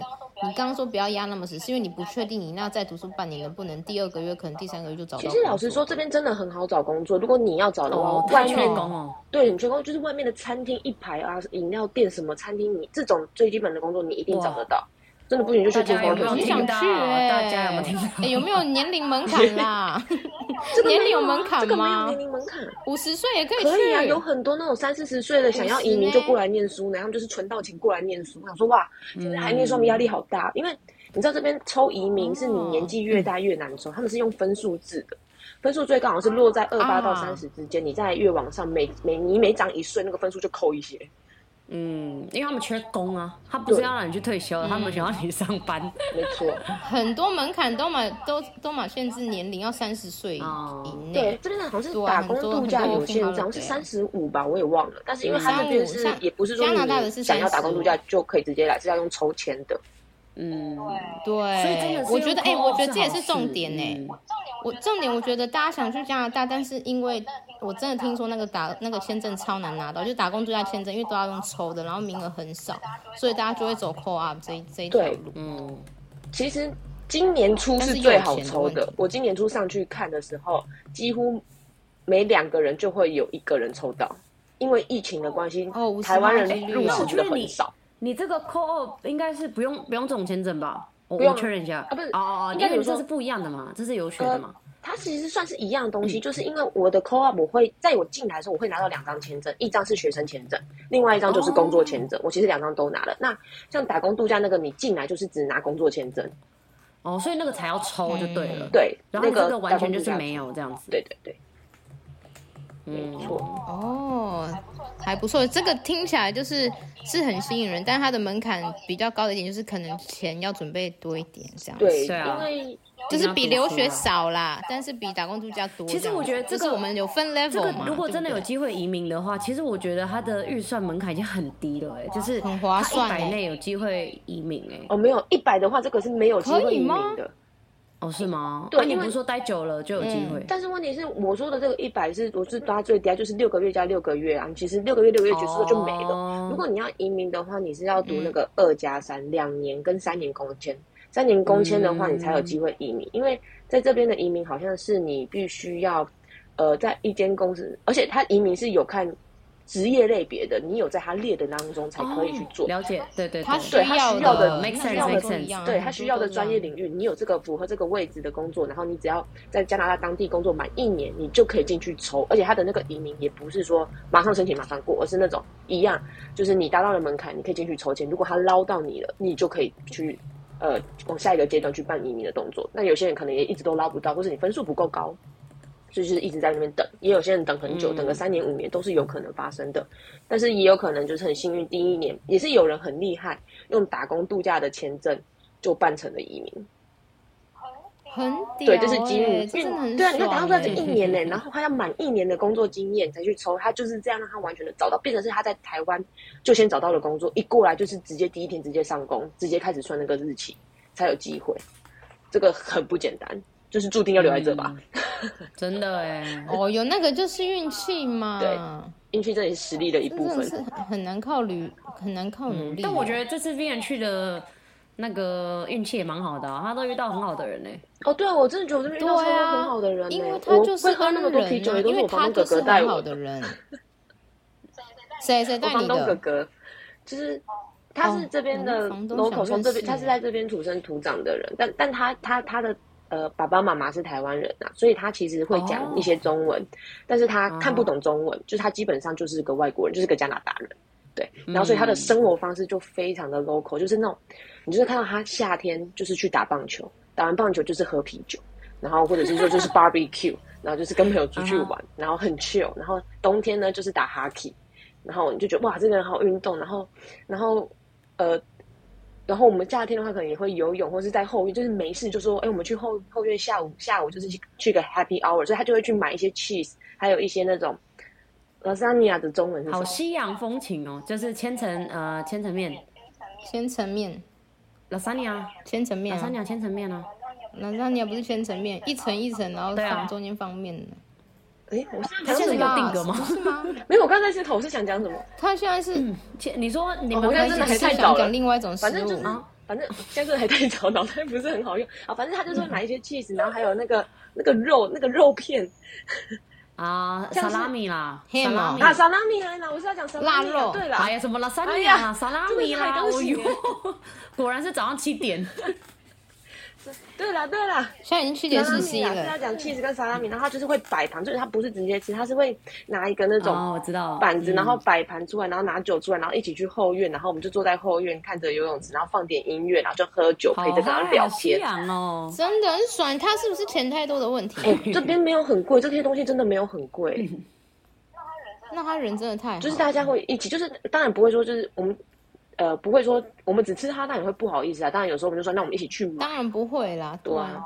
你刚刚说不要压那么死，是因为你不确定你那再读书半年能不能第二个月，可能第三个月就找到。其实老实说，，这边真的很好找工作。如果你要找的话，哦，外太缺面工哦，对你缺工就是外面的餐厅一排啊，饮料店什么餐厅，你这种最基本的工作你一定找得到。真的不行就去大家有做没有哎我 Porter 很听去。想到？啊去欸大家有没有听哎、到？有没有年龄门槛 啦？这个没年龄有啊门槛这个没有吗年龄门槛，五十岁也可以去，可以啊，有很多那种三四十岁的想要移民就过来念书呢，他们就是存到钱过来念书。我想说哇，现在还念书，他们压力好大，因为你知道这边抽移民是你年纪越大越难抽，他们是用分数制的。分数最高好像是落在二八到啊三十之间，你在越往上每每你每涨一岁，那个分数就扣一些。嗯，因为他们缺工啊，他不是要让你去退休，嗯他们想要你上班。没错，很多门槛都满都都满限制年龄要三十岁以哦以对内，，这边好像是对啊打很工多度很假多有地啊限方制，都好像是这样三十五吧，我也忘了。但是因为他那35边是像也不是说加拿大的是你想要打工度假35就可以直接来，是要用抽签的。嗯，对，所以真的是我觉得哎、用 call 我觉得这也好是重点事哎、嗯我重点，我觉得大家想去加拿大，但是因为我真的听说那个打那个签证超难拿到，就打工度假签证，因为都要用抽的，然后名额很少，所以大家就会走 co op 这一这一条对路。嗯，其实今年初但是是最有好钱的抽问的题，我今年初上去看的时候，几乎每两个人就会有一个人抽到，因为疫情的关系哦五，十台湾趴人几率入哦市我觉真的得很你少。你这个 call 应该是不用不用这种签证吧？我不用我确认一下啊不是哦哦哦，因应该为有你说呃这是不一样的嘛，这是有选的嘛。它其实算是一样的嗯东西，就是因为我的 co op 我会在我进来的时候，我会拿到两张签证，一张是学生签证，另外一张就是工作签哦证。我其实两张都拿了。那像打工度假那个，你进来就是只拿工作签证，哦，所以那个才要抽就对了。，对，然后嗯你那这个打完工全度就是假没，有这样子。对对对，嗯，没错。哦，还不错，这个听起来就是是很吸引人，但它的门槛比较高的一点就是可能钱要准备多一点这样。，对，是啊因为就是比留学少啦，但是比打工度假多这其样子。实我觉得这个就是我们有分这 level 个嘛，如果真的有对不对机会移民的话，其实我觉得它的预算门槛已经很低了、哎，就是很划算一百欸内有机会移民、哎、哦没有一百的话，这个是没有机可会以移吗民的。哦，是吗？对啊、你因不为嗯是说待久了就有机会？但是问题是，我说的这个一百是我是抓最低，啊，就是六个月加六个月啊。其实六个月六个月结束了就没了。哦嗯如果你要移民的话，你是要读那个二加三两年跟三年工签，三年工签的话，嗯你才有机会移民。因为在这边的移民好像是你必须要，呃，在一间公司，而且它移民是有看职业类别的，你有在它列的当中才可以去做。哦了解，对对他对，需对他需要的的 make 他 sense，需要的 make 都一 sense 样啊对很他多需要都的一专样业领域，你有这个符合这个位置的工作，然后你只要在加拿大当地工作满一年，你就可以进去抽。而且他的那个移民也不是说马上申请马上过，而是那种一样，就是你达到了门槛，你可以进去抽签。如果他捞到你了，你就可以去呃往下一个阶段去办移民的动作。那有些人可能也一直都捞不到，或是你分数不够高。所以就是一直在那边等，也有些人等很久，嗯等个三年五年都是有可能发生的。但是也有可能就是很幸运，第一年也是有人很厉害，用打工度假的签证就办成了移民。很屌、欸，对，这是机遇。这真的很对啊，爽你看打工度假欸这一年呢、然后他要满一年的工作经验才去抽，他就是这样让他完全的找到，变成是他在台湾就先找到了工作，一过来就是直接第一天直接上工，直接开始算那个日期，才有机会。这个很不简单，就是注定要留在这吧。嗯真的哎、 哦，有那个就是运气嘛，对运气真的是实力的一这部真的分嗯是。很很难靠努很难靠努力、嗯但哦我觉得这次 Vian 去的那个运气也蛮好的、啊，他都遇到很好的人呢、哦，对啊，我真的觉得我这边遇到超对多啊很好的人、欸，因为他我就是会喝那么多恩啤酒，人啊也都因是为我房他东哥就哥是带很我好的。的人。谁谁我带房你东哥的？哥，就是他是这边的哦房东 local，想从这边认识他是在这边土生土长的人，但但他他他的呃爸爸妈妈是台湾人啊，所以他其实会哦讲一些中文，但是他哦看不懂中文，就是他基本上就是个外国人，就是个加拿大人。对，嗯然后所以他的生活方式就非常的 local，就是那种，你就是看到他夏天就是去打棒球，打完棒球就是喝啤酒，然后或者是说就是 barbecue，然后就是跟朋友出啊去玩，然后很 chill，然后冬天呢就是打 hockey，然后你就觉得哇，这个人好运动，然后然后呃，然后我们夏天的话，可能也会游泳，或是在后院，就是没事就说，哎，我们去后后院下午下午就是去去个 happy hour，所以他就会去买一些 cheese，还有一些那种 lasagna 的中文是什好么？西洋风情哦，就是千层呃千层面千层面， ，lasagna 千层面啊， lasagna 千层面啊，那那你也不是千层面，一层一层，然后对啊放中间放面的。哎，我现它在讲现在什有么？定格吗嗯不是吗？没有，我刚才在头是想讲什么？他现在是千你说你哦们我可现以在真是的还是太想早了讲另外一种食反正就物是，，反正现在真的还太早，脑袋不是很好用啊。反正他就是会买一些 cheese，然后还有那个那个肉那个肉片啊像萨是拉米啦，萨 Ham 拉米嗯啊，萨拉米还啦，我是要讲萨拉米腊啊肉对哎啦，呀什么 lasagna 啦哎呀萨拉真的米是啦，海东哦西哟，果然是早上七点，对啦对啦，现在已经七萨点拉四十米一啦，是要了。讲 cheese 跟萨拉米，然后他就是会摆盘，就是他不是直接吃，他是会拿一个那哦种我知道板子，嗯然后摆盘出来，然后拿酒出来，然后一起去后院，然后我们就坐在后院看着游泳池，然后放点音乐，然后就喝酒，好陪着跟他嗨聊好西天。洋哦，真的很爽，他是不是钱太多的问题？啊哎，这边没有很贵，这些东西真的没有很贵。那他人真的太好，就是大家会一起，就是当然不会说就是我们，呃，不会说我们只吃它，当然会不好意思啊。当然有时候我们就说，那我们一起去买。当然不会啦，对对啊。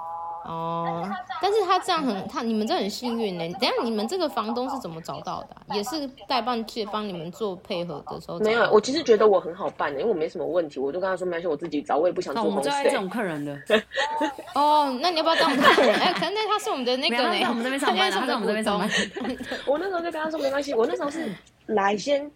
哦，但是他这样很，他你们这很幸运呢。等一下你们这个房东是怎么找到的啊、也是代办去帮你们做配合的时候找到的没有，我其实觉得我很好办的、因为我没什么问题，我就跟他说没关系，我自己找，我也不想那做哦我们烘最爱这焙。种客人的。哦，那你要不要当我们的客人？哎、可能那他是我们的那个没有他在呢，我们这边上班啊他现在是我们的他在我们这股东。我那时候就跟他说没关系，我那时候是来先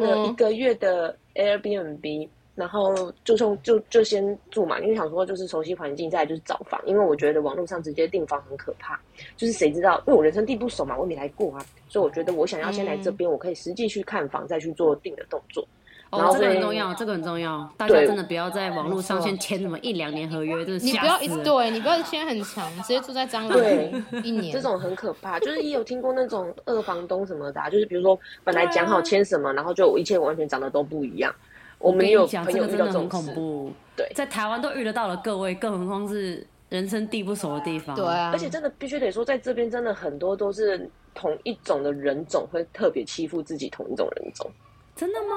嗯了一个月的 Airbnb，、然后就从就就先住嘛，因为想说就是熟悉环境，再来就是找房，因为我觉得网络上直接订房很可怕，就是谁知道，因为我人生地不熟嘛，我也没来过啊，所以我觉得我想要先来嗯这边，我可以实际去看房，再去做订的动作。然哦，后这个很会重要，这个很重要，大家真的不要在网络上先签什么一两年合约，真的你吓不要死一直了对，你不要签很长，直接住在蟑螂对屋一嗯年。这种很可 怕，就是也有听过那种二房东什么的、啊，就是比如说本来讲好签什么，然后就一切完全长得都不一样。我我们跟也有你讲，朋这友个遇真到的这很种恐事，怖。对在台湾都遇得到了，各位，更何况是人生地不熟的地方。对，啊，而且真的必须得说，在这边真的很多都是同一种的人种会特别欺负自己同一种人种。真的吗？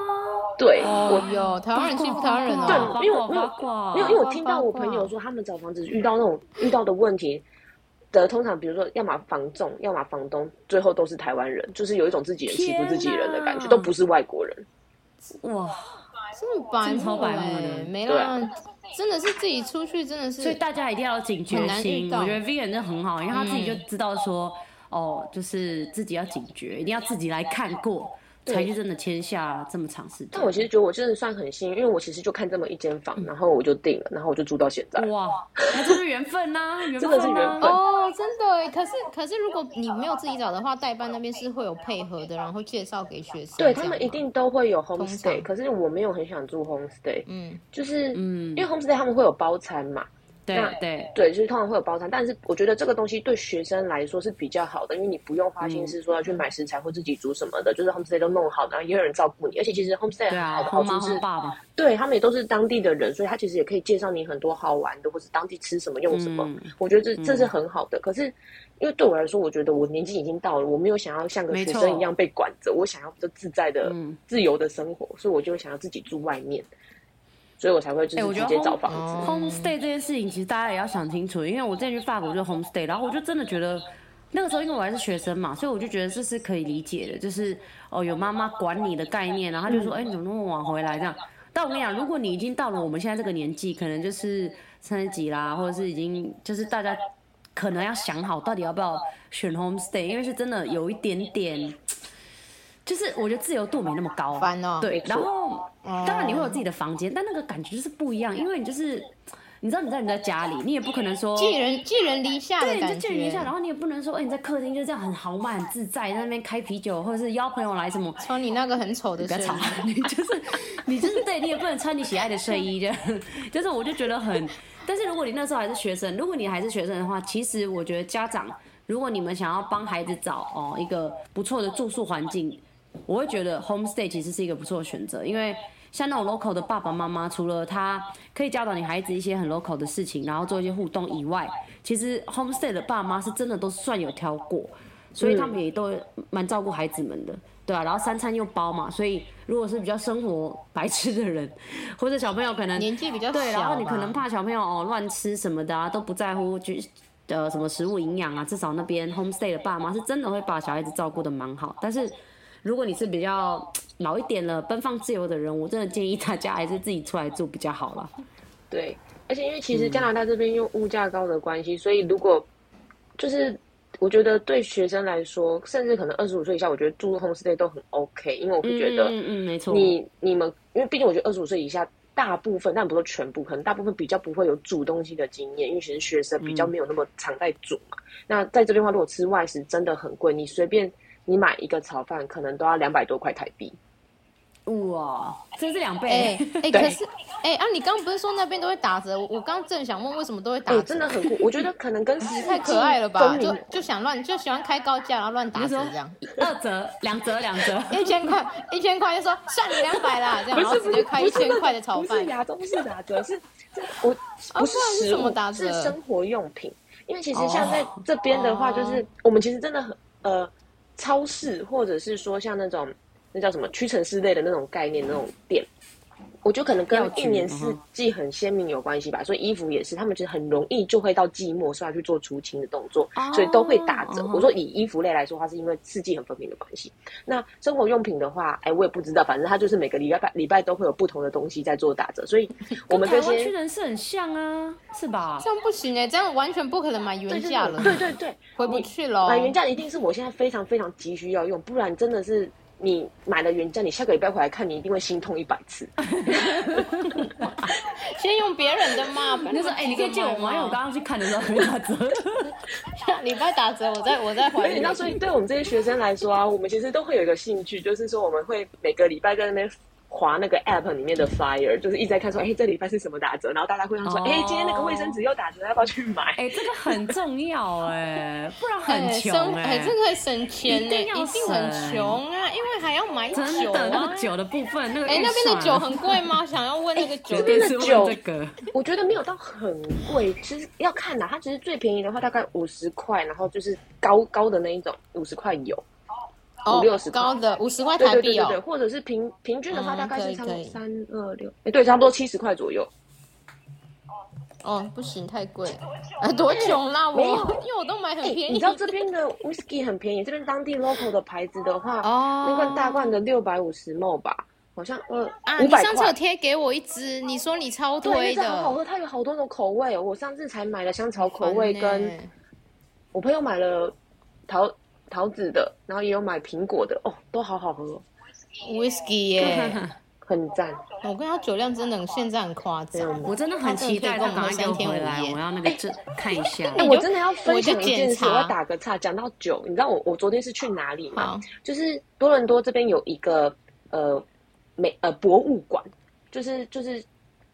对、哦有台湾人欺负台湾人对哦，对，因为我八卦八卦因为因为我听到我朋友说，他们找房子遇到那种遇到的问题的，通常比如说要么房仲，要么房东，最后都是台湾人，就是有一种自己人欺负自己人的感觉，天哪都不是外国人。哇，真的白真的超目白目哎的没对啊啦，真的是自己出去，真的所以是大家一定要有警觉很难心。遇到我觉得 Vivian 真的很好，因为他自己就嗯知道说，哦，就是自己要警觉，一定要自己来看过，才是真的签下这么长时间。但我其实觉得我真的算很幸运，因为我其实就看这么一间房，然后我就定了，然后我就住到现在。嗯哇，那就是缘分 呐，缘真的是分缘呐。分哦，真的哎。可是可是，如果你没有自己找的话，代办那边是会有配合的，然后介绍给学生。对这他样们吗一。定都会有常 homestay，可是我没有很想住 homestay，嗯，就是嗯因为 homestay 他们会有包餐嘛，对对，对，啊就是通常会有包餐，但是我觉得这个东西对学生来说是比较好的，因为你不用花心嗯思说要去买食材或自己煮什么的，就是 homestay 都弄好，然后也有人照顾你，而且其实对 homestay 很啊好，的好红妈处红是，爸爸，对他们也都是当地的人，所以他其实也可以介绍你很多好玩的，或是当地吃什么用什么。嗯我觉得这这是很好的。可是，因为对我来说，我觉得我年纪已经到了，我没有想要像个没学错生一样被管着，我想要比较自在的、嗯自由的生活，所以我就想要自己住外面，所以我才会就哎我是觉直得接找烘房子。哦 homestay 这件事情，其实大家也要想清楚，因为我之前去法国就 homestay，然后我就真的觉得。那个时候因为我还是学生嘛，所以我就觉得这是可以理解的，就是哦有妈妈管你的概念，然后她就说哎、你怎么那么晚回来这样。但我跟你讲，如果你已经到了我们现在这个年纪，可能就是三十几啦，或者是已经就是大家可能要想好到底要不要选 homestay，因为是真的有一点点，就是我觉得自由度没那么高。啊烦哦对没，错然后当然你会有自己的房间，但那个感觉就是不一样，因为你就是你知道你在你在家里，你也不可能说。寄人寄人篱下的对，你就感觉。见人一下，然后你也不能说，哎、你在客厅就这样很豪迈、很自在，在那边开啤酒，或者是邀朋友来什么，穿你那个很丑的不要睡吵衣，你 就是你就是对你也不能穿你喜爱的睡衣，就就是我就觉得很。但是如果你那时候还是学生，如果你还是学生的话，其实我觉得家长，如果你们想要帮孩子找哦一个不错的住宿环境，我会觉得 homestay 其实是一个不错的选择，因为。像那种 local 的爸爸妈妈，除了他可以教导你孩子一些很 local 的事情，然后做一些互动以外，其实嗯 homestay 的爸妈是真的都算有挑过，所以他们也都蛮照顾孩子们的。对啊，然后三餐又包嘛，所以如果是比较生活白痴的人，或者小朋友可能年纪比较小吧，对，然后你可能怕小朋友哦乱吃什么的啊，都不在乎就呃什么食物营养啊，至少那边 homestay 的爸妈是真的会把小孩子照顾的蛮好。但是如果你是比较老一点了、奔放自由的人，我真的建议大家还是自己出来住比较好啦。对，而且因为其嗯实加拿大这边因为物价高的关系，所以如果就是我觉得对学生来说，甚至可能二十五岁以下，我觉得住 homestay 都很 OK，因为我会觉得嗯嗯嗯，没错。你你们，因为毕竟我觉得二十五岁以下，大部分但不是全部，可能大部分比较不会有煮东西的经验，因为其实学生比嗯较没有那么常在煮嘛。那在这边的话，如果吃外食真的很贵，你随便你买一个炒饭，可能都要两百多块台币。哇，这是两倍。哎哎，对可是哎啊，你刚刚不是说那边都会打折？我我刚正想问为什么都会打哎、折，真的很酷，我觉得可 能跟哎太可爱了吧？跟你就就想乱就喜欢开高价，然后乱打折这样。二折、两折、两折。一千块，一千块就说算你两百啦，这样，不然后是直不接是开不一是千那块个的炒不是饭。打折，不是打折，是这我啊不是不然是食什么物打折是生活用品。因为其实哦像在这边的话，哦就是我们其实真的很呃，超市或者是说像那种那叫什么屈臣氏类的那种概念那种店。我觉得可能跟药一局年嗯四季很鲜明有关系吧，所以衣服也是，他们其实很容易就会到季末是要去做除清的动作，哦所以都会打折。嗯哼我说以衣服类来说，它是因为四季很分明的关系。那生活用品的话，哎，我也不知道，反正它就是每个礼拜礼拜都会有不同的东西在做打折，所以 我们台这湾屈些臣氏很像啊，是吧？这样不行哎、这样完全不可能买原对就是价 了，哦对对对，回不去喽。买原价一定是我现在非常非常急需要用，不然真的是你买了原价，你下个礼拜回来看，你一定会心痛一百次。 先用别人的嘛。不要那那时么候哎，你可以借我吗？因为我刚刚去看的时候没打折。 礼拜打折，我再我再还所以你你知。道，所以对我们这些学生来说啊，我们其实都会有一个兴趣，就是说我们会每个礼拜在那边。划那个 app 里面的 flyer，就是一直在看说，哎、这礼拜是什么打折，然后大家会想说，哦哎、今天那个卫生纸又打折，要不要去买？哎、这个很重要哎、不然很哎穷生哎、哎，这个省钱呢、一定要一定很省穷啊，因为还要买酒真的那啊个。酒的部分，那个啊哎、预那边的算酒很贵吗？想要问那个酒我的第一边次问酒这个，我觉得没有到很贵，其实要看啦、它其实最便宜的话大概五十块，然后就是高高的那一种五十块有，哦五六十，块高的五十块对台对对币对哦。对，或者是平平均的话嗯大概是差不可多以可以三二六，哎对，差不多七十块左右。哦，不行，太贵了。哎，多久啦？我没有因为我都买很哎，便宜。你知道这边的 whisky 很便宜，这边当地 local 的牌子的话，哦那罐大罐的六百五十 ml 吧，好像呃啊，五你百上次有块。贴给我一支，你说你超对，推那支好好的，喝，它有好多种口味哦。我上次才买了香草口味，烦跟欸我朋友买了桃桃子的，然后也有买苹果的，哦，都好好喝哦， whisky 耶。很赞。我跟他酒量真的现在很夸张， 我真的很期待他赶快给我回来，我要那个这看一下。哎、你我就真的要分享一件事，我就检查我要打个岔。讲到酒，你知道我我昨天是去哪里好吗？就是多伦多这边有一个呃美呃博物馆，就是就是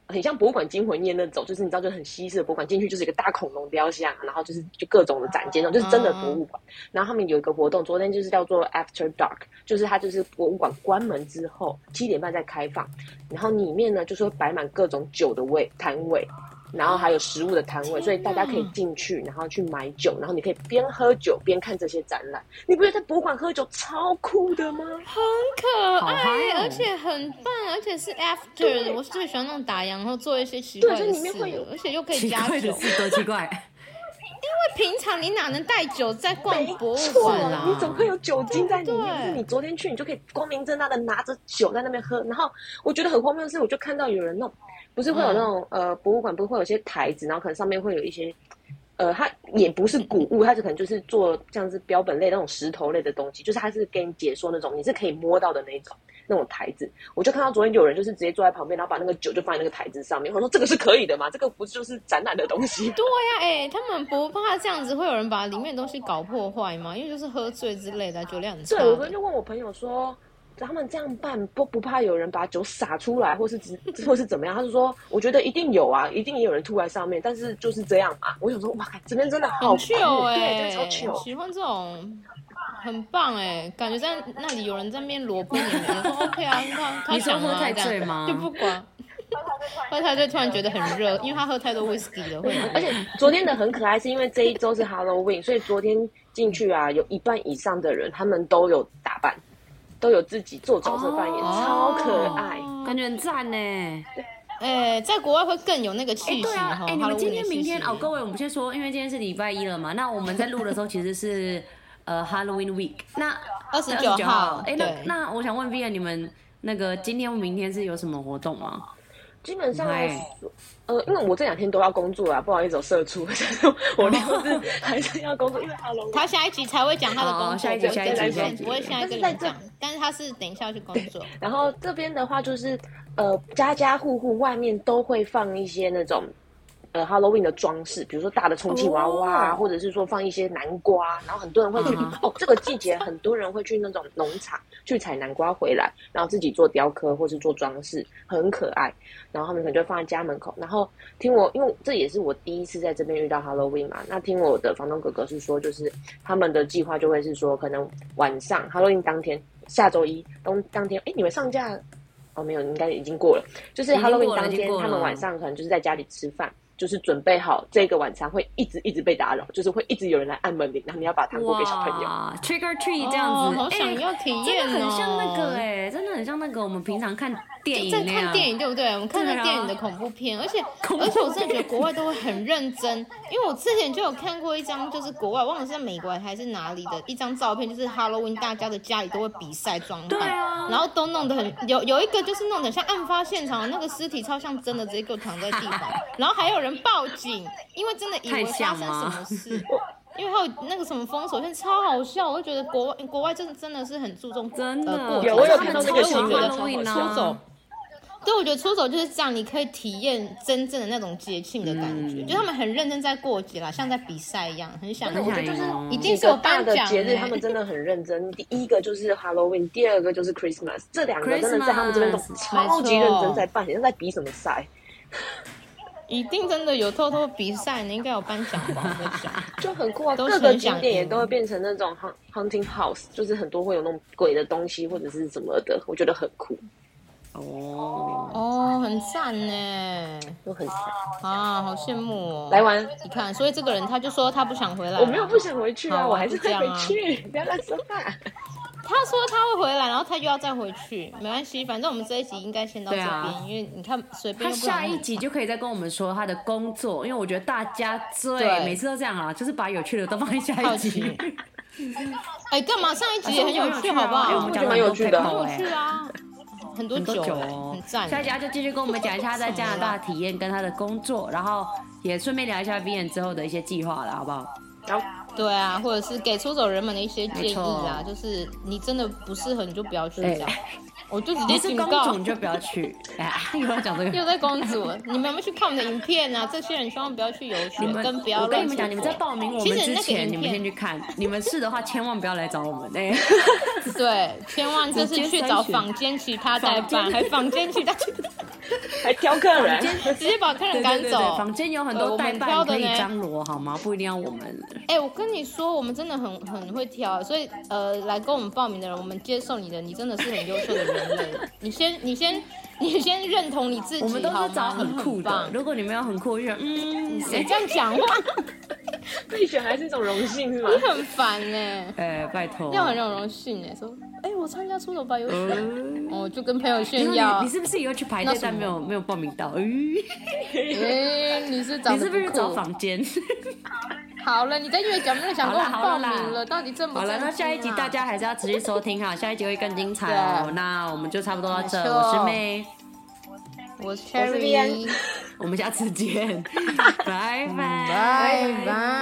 很像博物馆惊魂夜那种，就是你知道就很西式的博物馆，进去就是一个大恐龙雕像，然后就是就各种的展间，那种就是真的博物嗯馆。然后他们有一个活动，昨天就是叫做 After Dark，就是它就是博物馆关门之后七点半再开放，然后里面呢就是会摆满各种酒的位摊位。然后还有食物的摊位，所以大家可以进去，然后去买酒，然后你可以边喝酒边看这些展览。你不觉得在博物馆喝酒超酷的吗？很可好嗨爱，哦而且很棒，而且是 after，我最喜欢那种打烊然后做一些奇对怪的就里面事会有了，而且又可以奇加怪酒的。是多奇怪，平常你哪能带酒在逛博物错馆啦啊？ 你总会有酒精在里对面。就是你昨天去，你就可以光明正大的拿着酒在那边喝。然后我觉得很荒谬的是，我就看到有人弄，不是会有那种、呃博物馆，不是会有一些台子，然后可能上面会有一些。呃，它也不是古物，它就可能就是做像是标本类那种石头类的东西，就是它是给你解说那种，你是可以摸到的那种那种台子。我就看到昨天有人就是直接坐在旁边，然后把那个酒就放在那个台子上面。我说这个是可以的吗？这个不就是 展览的东西吗？对呀、哎、他们不怕这样子会有人把里面的东西搞破坏吗？因为就是喝醉之类的，啊酒量很差对的。，我昨天就问我朋友说，他们这样办不不怕有人把酒洒出来，或是只或是怎么样？他就说，我觉得一定有啊，一定也有人吐在上面，但是就是这样嘛。我想说，哇，这边真的很好酷， chill 对，哎、真的超 chill。喜欢这种，很棒哎、感觉在那里有人在面萝卜你，你说 OK 啊，他他你说想喝啊太这样醉吗就不管。喝太醉突然觉得很热，因为他喝太多 whisky 了，会很而且昨天的很可爱，是因为这一周是 Halloween，所以昨天进去啊，有一半以上的人他们都有打扮，都有自己做角色扮演，哦超可爱。感觉很赞呢。哎、在国外会更有那个气哎，息对啊，哈。哎，你好了们今我也天、是明天是哦，各位，我们先说，因为今天是礼拜一了嘛，那我们在录的时候其实是 呃 Halloween Week，那29号哎，那对那我想问 Vian，你们那个今天、明天是有什么活动吗？基本上来嗨说，呃，因为我这两天都要工作啊，不好意思，我社畜， 但是我六日还是要工作，因为 h e l l 他下一集才会讲他的哦工作，下一集我下一集再来下一说集不会下一个礼但拜是在这讲，但是他是等一下要去工作。然后这边的话就是，呃，家家户户外面都会放一些那种。呃，Halloween 的装饰，比如说大的充气娃娃啊哦或者是说放一些南瓜，然后很多人会去、嗯哦，这个季节很多人会去那种农场去采南瓜回来，然后自己做雕刻或是做装饰，很可爱。然后他们可能就放在家门口。然后听我，因为这也是我第一次在这边遇到 Halloween 嘛，那听我的房东哥哥是说，就是他们的计划就会是说，可能晚上 Halloween 当天，下周一当当天，哎，你们上架了哦，没有，应该已经过了。就是已经过了 Halloween 当已经天过，了他们晚上可能就是在家里吃饭，就是准备好这个晚餐会一直一直被打扰，就是会一直有人来按门铃，然后你要把糖果给小朋友。哇，Trick or Treat 这样哦子，好想哎要体验真哦，的很像那个哎、真的很像那个我们平常看电就影在那看样。电影，对不对？我们看对那啊电影的恐怖片，而且 恐怖而且我真的觉得国外都会很认真，因为我之前就有看过一张，就是国外忘了是在美国还是哪里的一张照片，就是 Halloween 大家的家里都会比赛装扮，对啊然后都弄得很有有一个就是弄得很像案发现场，那个尸体超像真的，直接给我躺在 地上，然后还有人报警，因为真的以为太像发生什吗么事。因为还有那个什么封锁线超好笑，我就觉得国外国外真的真的是很注重真的呃过有节我有气看到氛那个所以我新觉闻得超好，Halloween 笑啊出走对，我觉得出走就是这样，你可以体验真正的那种节庆的感觉，就他们很认真在过节啦，像在比赛一样，很想嗯很想赢哦一定几是有个大颁的奖节日，欸他们 真的很认真。第一个就是 Halloween，第二个就是 Christmas，这两个真的在他们这边都 Christmas，超级没认错真在办，像在比什么赛。一定真的有偷偷比赛，你应该有颁奖吧？我在想，就很酷啊！都各是个很景想点也赢都会变成那种 hunt- hunting house，就是很多会有那种鬼的东西或者是什么的，我觉得很酷，哦，哦，很赞呢，就很啊，好羡慕哦！来，玩。你看，所以这个人他就说他不想回来，我没有不，想回去啊，好我还是就这会样回啊去，不要乱说话。 他说他会回来，然后他又要再回去，没关系，反正我们这一集应该先到这对边，啊因为你看随便他又不能下一集就可以再跟我们说他的工作，因为我觉得大家最对每次都这样啊，就是把有趣的都放在下好一集 奇。哎，干嘛？上一集也很有趣，啊好不因为好？我们觉讲得了蛮有很多趣的 paper 很有哎趣啊，很多很多酒酒哎，哦，很赞。下一集他就继续跟我们讲一下他在加拿大体验跟他的工作，然后也顺便聊一下 Vian 之后的一些计划了，好不好？然后对啊，或者是给出走人们的一些建议啦，没就是你真的不适合，你就不要去哎找。我就直你接是警公告主，你就不要去。哎， 又要讲这 又个。在公主，你们有没有去看我们的影片啊？这些人千万不要去游学你，们跟不要我跟乱你们讲，你们在报名我其们实之那个前，影你们先片去 看。你们是的话，千万不要来找我们。哎，对，千万就直是接去筛找选坊间其他代坊间办，还坊间其他， 还挑客 人，直接把客人对赶对对，走。房间有很呃多我们代办挑可的以呢张罗，好吗？不一定要我们。哎、我跟你说，我们真的很很会挑，所以呃，来跟我们报名的人，我们接受你的，你真的是很优秀的人类。你先，你先，你先认同你自己，我们都好是找吗？你很酷的棒，。如果你没有很酷，就觉得嗯，谁这样讲话？被选还是一种荣幸是吗？你很烦呢、哎，拜托，这样很有荣幸哎、说哎、我参加出走吧游学，嗯我、就跟朋友你炫说耀你你。是不是以后去排那队什，但么没有没有报名到？哎哎、你是长你得是不是酷找房 间？好了，你在越讲越想跟我好啦报好啦名了，到底正不好正、啊了，那下一集大。家还是要持续收听哈，下一集会更精彩哦。对那我们就差不多到这，没错我是妹，我是我是 Cherry，我们下次见，拜拜。拜拜。